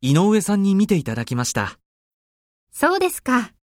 井上さんに見ていただきました。そうですか。